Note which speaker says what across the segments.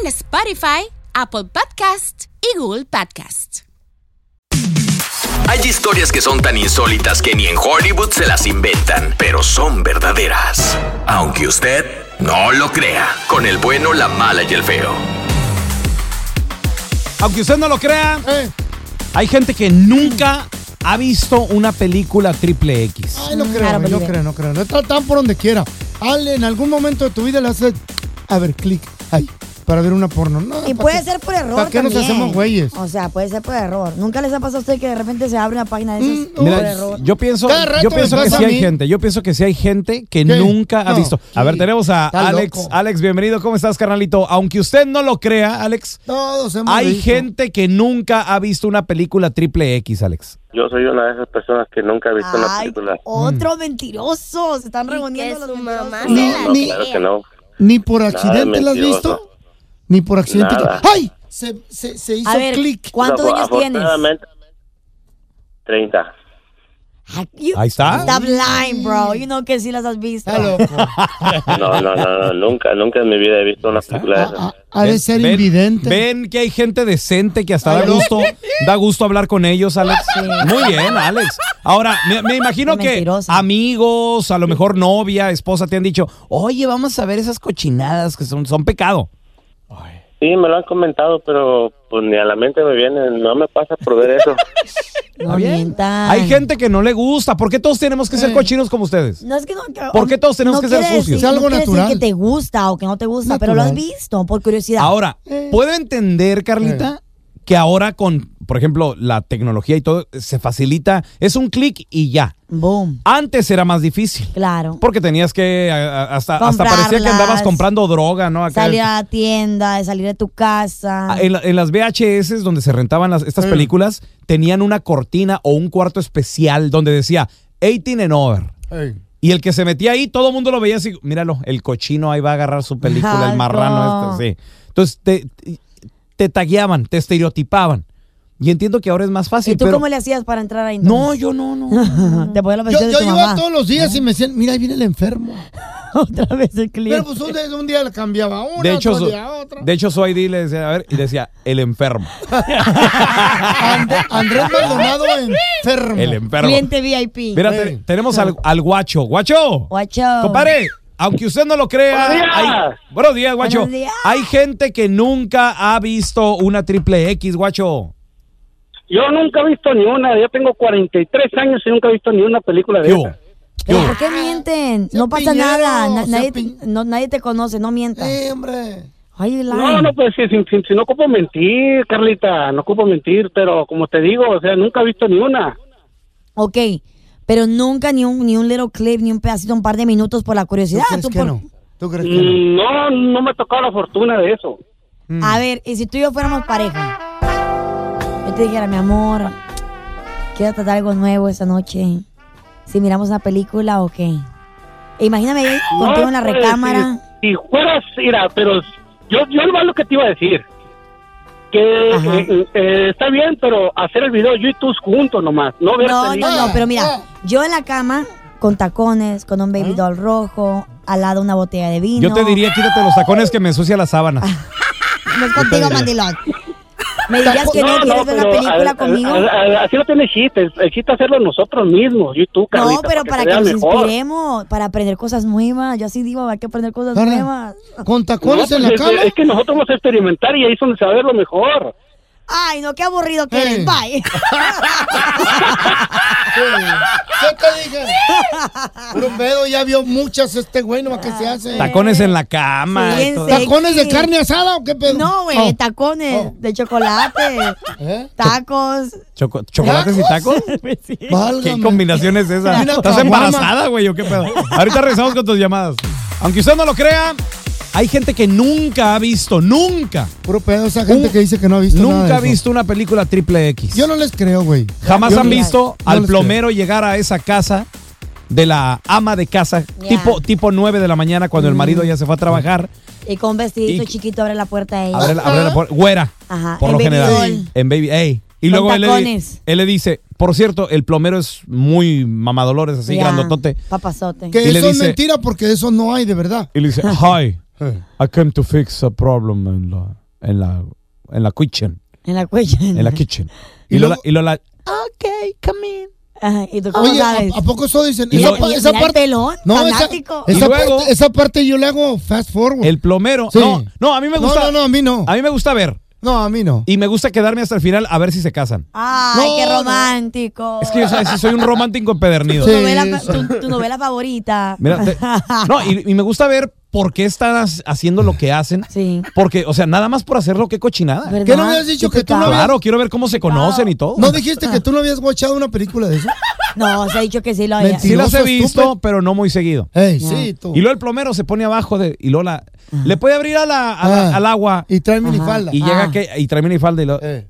Speaker 1: en Spotify, Apple Podcast y Google Podcast.
Speaker 2: Hay historias que son tan insólitas que ni en Hollywood se las inventan, pero son verdaderas. Aunque usted no lo crea, con el bueno, la mala y el feo.
Speaker 3: Aunque usted no lo crea,
Speaker 4: Eh.
Speaker 3: hay gente que nunca ha visto una película triple X.
Speaker 4: Ay, no creo,
Speaker 5: Mm, claro, pues,
Speaker 4: güey, no
Speaker 5: Bolívar.
Speaker 4: creo, no creo. No está tan por donde quiera. Al, en algún momento de tu vida le haces, a ver, clic ahí, para ver una porno. No,
Speaker 5: Y
Speaker 4: ¿pa'
Speaker 5: puede
Speaker 4: qué?
Speaker 5: ser por error.
Speaker 4: ¿Para qué nos
Speaker 5: también.
Speaker 4: hacemos güeyes?
Speaker 5: O sea, puede ser por error. ¿Nunca les ha pasado a usted que de repente se abre una página de esas
Speaker 4: Mm,
Speaker 5: por
Speaker 3: Mira,
Speaker 5: error?
Speaker 3: yo pienso,
Speaker 4: Cada rato
Speaker 3: yo
Speaker 4: me
Speaker 3: pienso que
Speaker 4: pasa
Speaker 3: sí
Speaker 4: a
Speaker 3: hay
Speaker 4: mí.
Speaker 3: gente, yo pienso que sí hay gente que
Speaker 4: ¿Qué?
Speaker 3: nunca ha
Speaker 4: No,
Speaker 3: visto. A
Speaker 4: sí.
Speaker 3: ver, tenemos a
Speaker 4: Está
Speaker 3: Alex.
Speaker 4: loco.
Speaker 3: Alex, bienvenido. ¿Cómo estás, carnalito? Aunque usted no lo crea, Alex,
Speaker 4: Todos hemos
Speaker 3: hay
Speaker 4: visto.
Speaker 3: gente que nunca ha visto una película triple X, Alex.
Speaker 6: Yo soy una de esas personas que nunca ha visto una
Speaker 5: Ay, oh,
Speaker 6: película.
Speaker 3: Mm.
Speaker 5: otro mentiroso. Se están
Speaker 1: Y que
Speaker 5: reuniendo
Speaker 1: su
Speaker 5: los
Speaker 1: mamá
Speaker 5: mentirosos.
Speaker 1: se
Speaker 4: Ni-
Speaker 1: la
Speaker 4: ni-
Speaker 1: crea.
Speaker 6: Claro que no.
Speaker 4: Ni por
Speaker 6: Nada,
Speaker 4: accidente la has visto.
Speaker 6: mentiroso.
Speaker 4: Ni por accidente.
Speaker 6: Nada.
Speaker 4: que- ¡Ay! Se, se, se hizo
Speaker 5: A ver,
Speaker 4: clic.
Speaker 5: ¿cuántos
Speaker 6: Afo-
Speaker 5: años tienes?
Speaker 6: afortunadamente, 30.
Speaker 5: Ah, you-
Speaker 3: Ahí está. Mm.
Speaker 5: Está blind, bro. You know que sí las has visto.
Speaker 4: Está loco.
Speaker 6: No, no, no, no, nunca, nunca en mi vida he visto una película
Speaker 5: Ah,
Speaker 4: Ha,
Speaker 6: de esas.
Speaker 4: ha- ha de ser
Speaker 3: Ven-
Speaker 4: invidente.
Speaker 3: Ven que hay gente decente que hasta
Speaker 4: Ay,
Speaker 3: da
Speaker 4: no.
Speaker 3: gusto, da gusto hablar con ellos, Alex. Muy bien, Alex. Ahora, me, me imagino
Speaker 5: Qué
Speaker 3: que
Speaker 5: mentiroso.
Speaker 3: amigos, a lo mejor novia, esposa, te han dicho, oye, vamos a ver esas cochinadas que son, son pecado.
Speaker 6: Sí, me lo han comentado, pero pues ni a la mente me viene, no me pasa por ver eso.
Speaker 5: No
Speaker 3: ¿Está bien?
Speaker 5: mientan.
Speaker 3: Hay gente que no le gusta. ¿Por qué todos tenemos que
Speaker 4: Eh.
Speaker 3: ser cochinos como ustedes?
Speaker 5: No es que no, que-
Speaker 3: ¿Por qué todos tenemos que ser
Speaker 5: quiere
Speaker 3: sucios?
Speaker 5: decir-
Speaker 4: Es algo
Speaker 5: no quiere decir
Speaker 4: natural.
Speaker 5: que te gusta o que no te gusta, pero lo has
Speaker 4: Natural.
Speaker 5: visto por curiosidad.
Speaker 3: Ahora,
Speaker 4: Eh.
Speaker 3: puedo entender, Carlita, que ahora con, por ejemplo, la tecnología y todo, se facilita. Es un clic y ya.
Speaker 5: Boom.
Speaker 3: Antes era más difícil.
Speaker 5: Claro.
Speaker 3: Porque tenías que a- a- hasta, hasta
Speaker 5: Comprarlas.
Speaker 3: parecía que andabas comprando droga, ¿no? Acá-
Speaker 5: Salir a la tienda, salir de tu casa.
Speaker 3: Ah, en, la- en las VHS donde se rentaban las- estas
Speaker 4: Mm.
Speaker 3: películas, tenían una cortina o un cuarto especial donde decía 18 and over.
Speaker 4: Ey.
Speaker 3: Y el que se metía ahí, todo el mundo lo veía así, míralo, el cochino ahí va a agarrar su película,
Speaker 5: Ay,
Speaker 3: el marrano,
Speaker 5: no.
Speaker 3: este, sí. Entonces te, te- te tagueaban, te estereotipaban. Y entiendo que ahora es más fácil.
Speaker 5: ¿Y tú
Speaker 3: pero-
Speaker 5: cómo le hacías para entrar ahí?
Speaker 3: No, yo no, no. no.
Speaker 5: entonces? Te ponías los
Speaker 4: Yo,
Speaker 5: vestidos
Speaker 4: yo
Speaker 5: Pues de tu
Speaker 4: iba
Speaker 5: mamá. ¿Eh?
Speaker 4: todos los días y me decían, mira, ahí viene el enfermo.
Speaker 5: Otra vez el
Speaker 4: Pero
Speaker 5: cliente.
Speaker 4: pues un día, un día le cambiaba una,
Speaker 3: De hecho,
Speaker 4: otro
Speaker 3: su,
Speaker 4: día otra.
Speaker 3: de hecho, su ID le decía, a ver, y decía, el enfermo.
Speaker 4: Ande- Andrés Maldonado enfermo.
Speaker 3: El em- enfermo.
Speaker 5: Cliente VIP.
Speaker 3: Mira, te-
Speaker 4: Ey.
Speaker 3: tenemos al, al guacho. Guacho.
Speaker 5: Guacho.
Speaker 3: Compadre, aunque usted no lo crea.
Speaker 6: Buenos días.
Speaker 3: hay- buenos días, guacho.
Speaker 5: Buenos días.
Speaker 3: Hay gente que nunca ha visto una triple X, guacho.
Speaker 7: Yo nunca he visto ni una, yo tengo 43 años y nunca he visto ni una película de
Speaker 3: ¿Qué hubo?
Speaker 7: esa.
Speaker 3: ¿Qué hubo?
Speaker 5: ¿Por qué mienten?
Speaker 4: Sea
Speaker 5: No pasa
Speaker 4: piñero,
Speaker 5: nada. Na-
Speaker 4: sea
Speaker 5: nadie,
Speaker 4: piñ-
Speaker 5: no, nadie te conoce, no mientas.
Speaker 4: Sí, hombre.
Speaker 5: Ay, Eli.
Speaker 7: No, no, pues si, si- si- si no ocupo mentir, Carlita, no ocupo mentir, pero como te digo, o sea, nunca he visto ni una.
Speaker 5: Ok, pero nunca ni un, ni un little clip, ni un pedacito, un par de minutos por la
Speaker 4: ¿Tú
Speaker 5: curiosidad.
Speaker 4: crees
Speaker 5: Tú
Speaker 4: que
Speaker 5: por-
Speaker 4: no? ¿Tú crees que no?
Speaker 7: Mm, No, no me ha tocado la fortuna de eso.
Speaker 3: Mm.
Speaker 5: A ver, y si tú y yo fuéramos pareja, yo te dijera, mi amor, quiero tratar algo nuevo esta noche. Si miramos una película o qué. E Imagíname ahí contigo en la
Speaker 7: pues,
Speaker 5: recámara.
Speaker 7: Si, si fueras, mira, pero yo, yo nomás lo que te iba a decir. Que
Speaker 5: Ajá.
Speaker 7: eh, eh, está bien, pero hacer el video yo y tú juntos nomás, no ver
Speaker 5: No,
Speaker 7: películas.
Speaker 5: no, ¿Eh? no, pero mira, yo en la cama, con tacones, con un baby doll rojo, al lado una botella de vino.
Speaker 3: Yo te diría, quítate los tacones que me ensucia la sábana.
Speaker 5: No es contigo, mandilón. Me dirías que no, quieres ver una
Speaker 7: pero
Speaker 5: película
Speaker 7: al-
Speaker 5: conmigo.
Speaker 7: al- al- así no tiene chiste. El, el chiste es hacerlo nosotros mismos, yo y tú, Carlita.
Speaker 5: no, pero para
Speaker 7: se
Speaker 5: que
Speaker 7: vea
Speaker 5: nos
Speaker 7: mejor.
Speaker 5: inspiremos, para aprender cosas nuevas. Yo así digo, hay que aprender cosas
Speaker 4: Carla,
Speaker 5: nuevas.
Speaker 3: Mm.
Speaker 4: ¿Con
Speaker 7: No,
Speaker 4: tacones
Speaker 7: pues
Speaker 4: en la
Speaker 7: es,
Speaker 4: cama?
Speaker 7: es que nosotros vamos a experimentar y ahí es donde se va a ver lo mejor.
Speaker 5: Ay, no, qué aburrido que
Speaker 4: Eh.
Speaker 5: eres. Bye.
Speaker 4: ¿Qué te dije? Puro pedo, ya vio muchas este güey, nomás que se hace.
Speaker 3: Tacones en la cama.
Speaker 5: Sí,
Speaker 3: y todo.
Speaker 5: en serio.
Speaker 4: ¿Tacones de
Speaker 5: Sí.
Speaker 4: carne asada o qué pedo?
Speaker 5: No, güey,
Speaker 4: Oh.
Speaker 5: tacones
Speaker 4: Oh.
Speaker 5: de chocolate,
Speaker 4: ¿Eh?
Speaker 5: tacos.
Speaker 3: Choco- ¿Chocolates y tacos? ¿Qué
Speaker 4: Válgame.
Speaker 3: combinación es esa?
Speaker 4: Una
Speaker 3: ¿Estás
Speaker 4: caguama.
Speaker 3: embarazada, güey? ¿O qué pedo? Ahorita regresamos con tus llamadas. Aunque usted no lo crea, hay gente que nunca ha visto, nunca,
Speaker 4: Puro pedo esa gente
Speaker 3: Un-
Speaker 4: que dice que no ha visto nada
Speaker 3: Uh, nunca
Speaker 4: de
Speaker 3: ha
Speaker 4: eso.
Speaker 3: visto una película triple X.
Speaker 4: Yo no les creo, güey.
Speaker 3: Jamás
Speaker 4: Yo
Speaker 3: han
Speaker 4: no-
Speaker 3: visto
Speaker 4: no
Speaker 3: al
Speaker 4: les creo.
Speaker 3: plomero llegar a esa casa de la ama de casa,
Speaker 5: Ya. Mm.
Speaker 3: tipo, tipo 9 de la mañana, cuando el marido ya se fue a trabajar.
Speaker 5: Y con un vestidito
Speaker 3: Y-
Speaker 5: chiquito abre la puerta a ella.
Speaker 3: Abre la, abre la puerta. Güera.
Speaker 5: Ajá,
Speaker 3: Por
Speaker 5: en
Speaker 3: lo
Speaker 5: baby
Speaker 3: general.
Speaker 5: doll.
Speaker 3: En baby. ey. Y
Speaker 5: Con
Speaker 3: luego él le, di-
Speaker 5: tacones.
Speaker 3: él le dice, por cierto, el plomero es muy mamadolores, así
Speaker 5: Ya,
Speaker 3: grandotote.
Speaker 5: Papazote.
Speaker 4: Que
Speaker 3: Y le
Speaker 4: eso es
Speaker 3: dice-
Speaker 4: mentira porque eso no hay de verdad.
Speaker 3: Y le dice, hi,
Speaker 4: Eh.
Speaker 3: I came to fix a problem en la, en la, en la kitchen.
Speaker 5: En la cuella.
Speaker 3: En la kitchen.
Speaker 4: Y
Speaker 3: Y Lola,
Speaker 4: luego-
Speaker 3: y Lola, ok, come in.
Speaker 5: Ajá, ¿Y tú cómo
Speaker 4: Oye, ¿a,
Speaker 5: sabes?
Speaker 4: a poco eso dicen?
Speaker 3: Y
Speaker 4: Esa,
Speaker 3: luego-
Speaker 4: pa- esa
Speaker 5: Mira el
Speaker 4: parte...
Speaker 5: pelón,
Speaker 4: esa,
Speaker 5: fanático.
Speaker 4: esa
Speaker 3: Y luego-
Speaker 4: parte, esa parte yo le hago fast forward.
Speaker 3: El plomero.
Speaker 4: Sí.
Speaker 3: No, no, a mí me
Speaker 4: No,
Speaker 3: gusta.
Speaker 4: no, no, a mí no.
Speaker 3: A mí me gusta ver.
Speaker 4: No, a mí no.
Speaker 3: Y me gusta quedarme hasta el final a ver si se casan.
Speaker 5: Ay,
Speaker 4: No,
Speaker 5: qué
Speaker 4: no.
Speaker 5: romántico.
Speaker 3: Es que yo ¿sabes? soy un romántico empedernido.
Speaker 5: tu,
Speaker 4: Sí,
Speaker 5: novela,
Speaker 4: sí.
Speaker 5: tu, tu novela favorita.
Speaker 3: Mira, te- no, y, y me gusta ver por qué están as- haciendo lo que hacen.
Speaker 5: Sí.
Speaker 3: Porque, o sea, nada más por hacerlo, qué cochinada.
Speaker 5: ¿Verdad?
Speaker 4: ¿Qué no me has dicho
Speaker 5: ¿Qué
Speaker 4: que tú no
Speaker 5: tal?
Speaker 4: habías-
Speaker 3: Claro, quiero ver cómo se conocen y todo.
Speaker 4: ¿No dijiste que tú no habías guachado una película de eso?
Speaker 5: No, se ha dicho que sí lo había.
Speaker 3: sí
Speaker 4: Mentira.
Speaker 3: las he
Speaker 4: Mentiroso,
Speaker 3: visto,
Speaker 4: estúpido.
Speaker 3: pero no muy seguido.
Speaker 4: Ey,
Speaker 5: No.
Speaker 4: sí, tú.
Speaker 3: Y luego el plomero se pone abajo de. Y Lola. Le puede abrir a la- a la-
Speaker 4: Ah.
Speaker 3: al agua. Y,
Speaker 4: Y trae minifalda.
Speaker 5: Ah.
Speaker 3: llega que. Y trae minifalda y lo.
Speaker 4: Eh.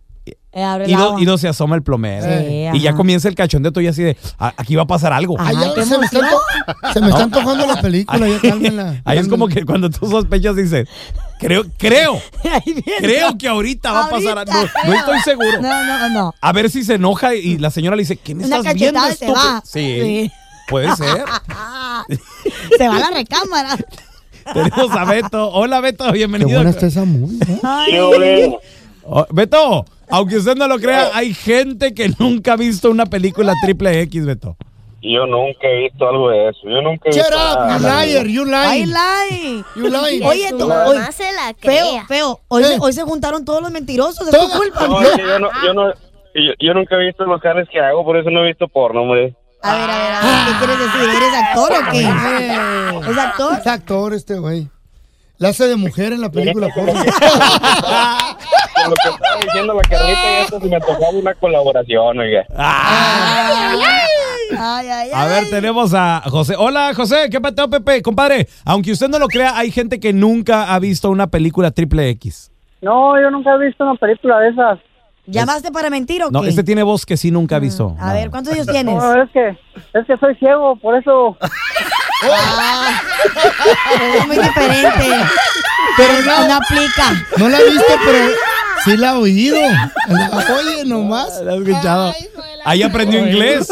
Speaker 5: Eh, abre
Speaker 3: Y
Speaker 5: la
Speaker 3: no,
Speaker 5: hoja.
Speaker 3: y no se asoma el plomero.
Speaker 5: Sí,
Speaker 3: y ya
Speaker 5: ajá.
Speaker 3: comienza el cachondeo y así de, "Ah, aquí va a pasar algo.
Speaker 5: Ajá,
Speaker 4: Ay, ya,
Speaker 5: qué
Speaker 4: se, me está
Speaker 5: emoción.
Speaker 4: anto- se me está antojando la película, ya cálmenla.
Speaker 3: Ahí es como que cuando tú sospechas dices, creo, creo,
Speaker 5: Ahí viene.
Speaker 3: creo que ahorita va a pasar algo.
Speaker 5: Ahorita,
Speaker 3: No
Speaker 5: creo.
Speaker 3: estoy seguro.
Speaker 5: No, no, no.
Speaker 3: A ver si se enoja y la señora le dice, ¿qué me
Speaker 5: Una
Speaker 3: estás viendo,
Speaker 5: cachetada y se
Speaker 3: estúpido?"
Speaker 5: va.
Speaker 3: Sí, puede ser.
Speaker 5: Ah. Se va a la recámara.
Speaker 3: Tenemos a Beto. Hola, Beto,
Speaker 4: Qué
Speaker 3: bienvenido.
Speaker 4: buena está esa movie. ¿eh?
Speaker 5: Ay,
Speaker 6: ¿Qué ole?
Speaker 3: Oh, Beto, aunque usted no lo crea, hay gente que nunca ha visto una película triple X, Beto.
Speaker 6: Yo nunca he visto algo de eso. Yo nunca he
Speaker 4: Shut
Speaker 6: visto
Speaker 4: up, you
Speaker 6: nada.
Speaker 4: liar, you
Speaker 5: ay,
Speaker 4: lying.
Speaker 5: Lai.
Speaker 4: You lying.
Speaker 5: Oye, tú, hoy, feo, feo. Hoy,
Speaker 4: Eh.
Speaker 5: se, hoy se juntaron todos los mentirosos. Es tu
Speaker 4: Todos.
Speaker 5: culpa.
Speaker 6: No, es que yo, no, yo, no, yo, yo nunca he visto los carnes que hago, por eso no he visto porno, hombre.
Speaker 5: A ver, a ver, a ver. ¿Qué quieres decir? ¿Eres actor o qué?
Speaker 4: Ah. Eh.
Speaker 5: ¿Es actor?
Speaker 4: Es actor este güey. La hace de mujer en la película. porno.
Speaker 6: Por lo que estaba diciendo la carnita y esto, se me antojaba una colaboración, oiga.
Speaker 5: Ay, ay, ay.
Speaker 3: A ver, tenemos a José. Hola, José, ¿qué pateo, Pepe? Compadre, aunque usted no lo crea, hay gente que nunca ha visto una película triple X.
Speaker 7: No, yo nunca he visto una película de esas.
Speaker 5: ¿Llamaste para mentir o qué?
Speaker 3: No, este tiene voz que sí nunca ha visto.
Speaker 5: Mm, A ver, ¿cuántos años tienes?
Speaker 7: es que, es que soy ciego, por eso.
Speaker 5: Es muy diferente.
Speaker 4: Pero no,
Speaker 5: No, aplica.
Speaker 4: no la he visto, pero sí la he oído. Oye, nomás.
Speaker 3: Ah. Lo he escuchado. Ahí aprendió inglés.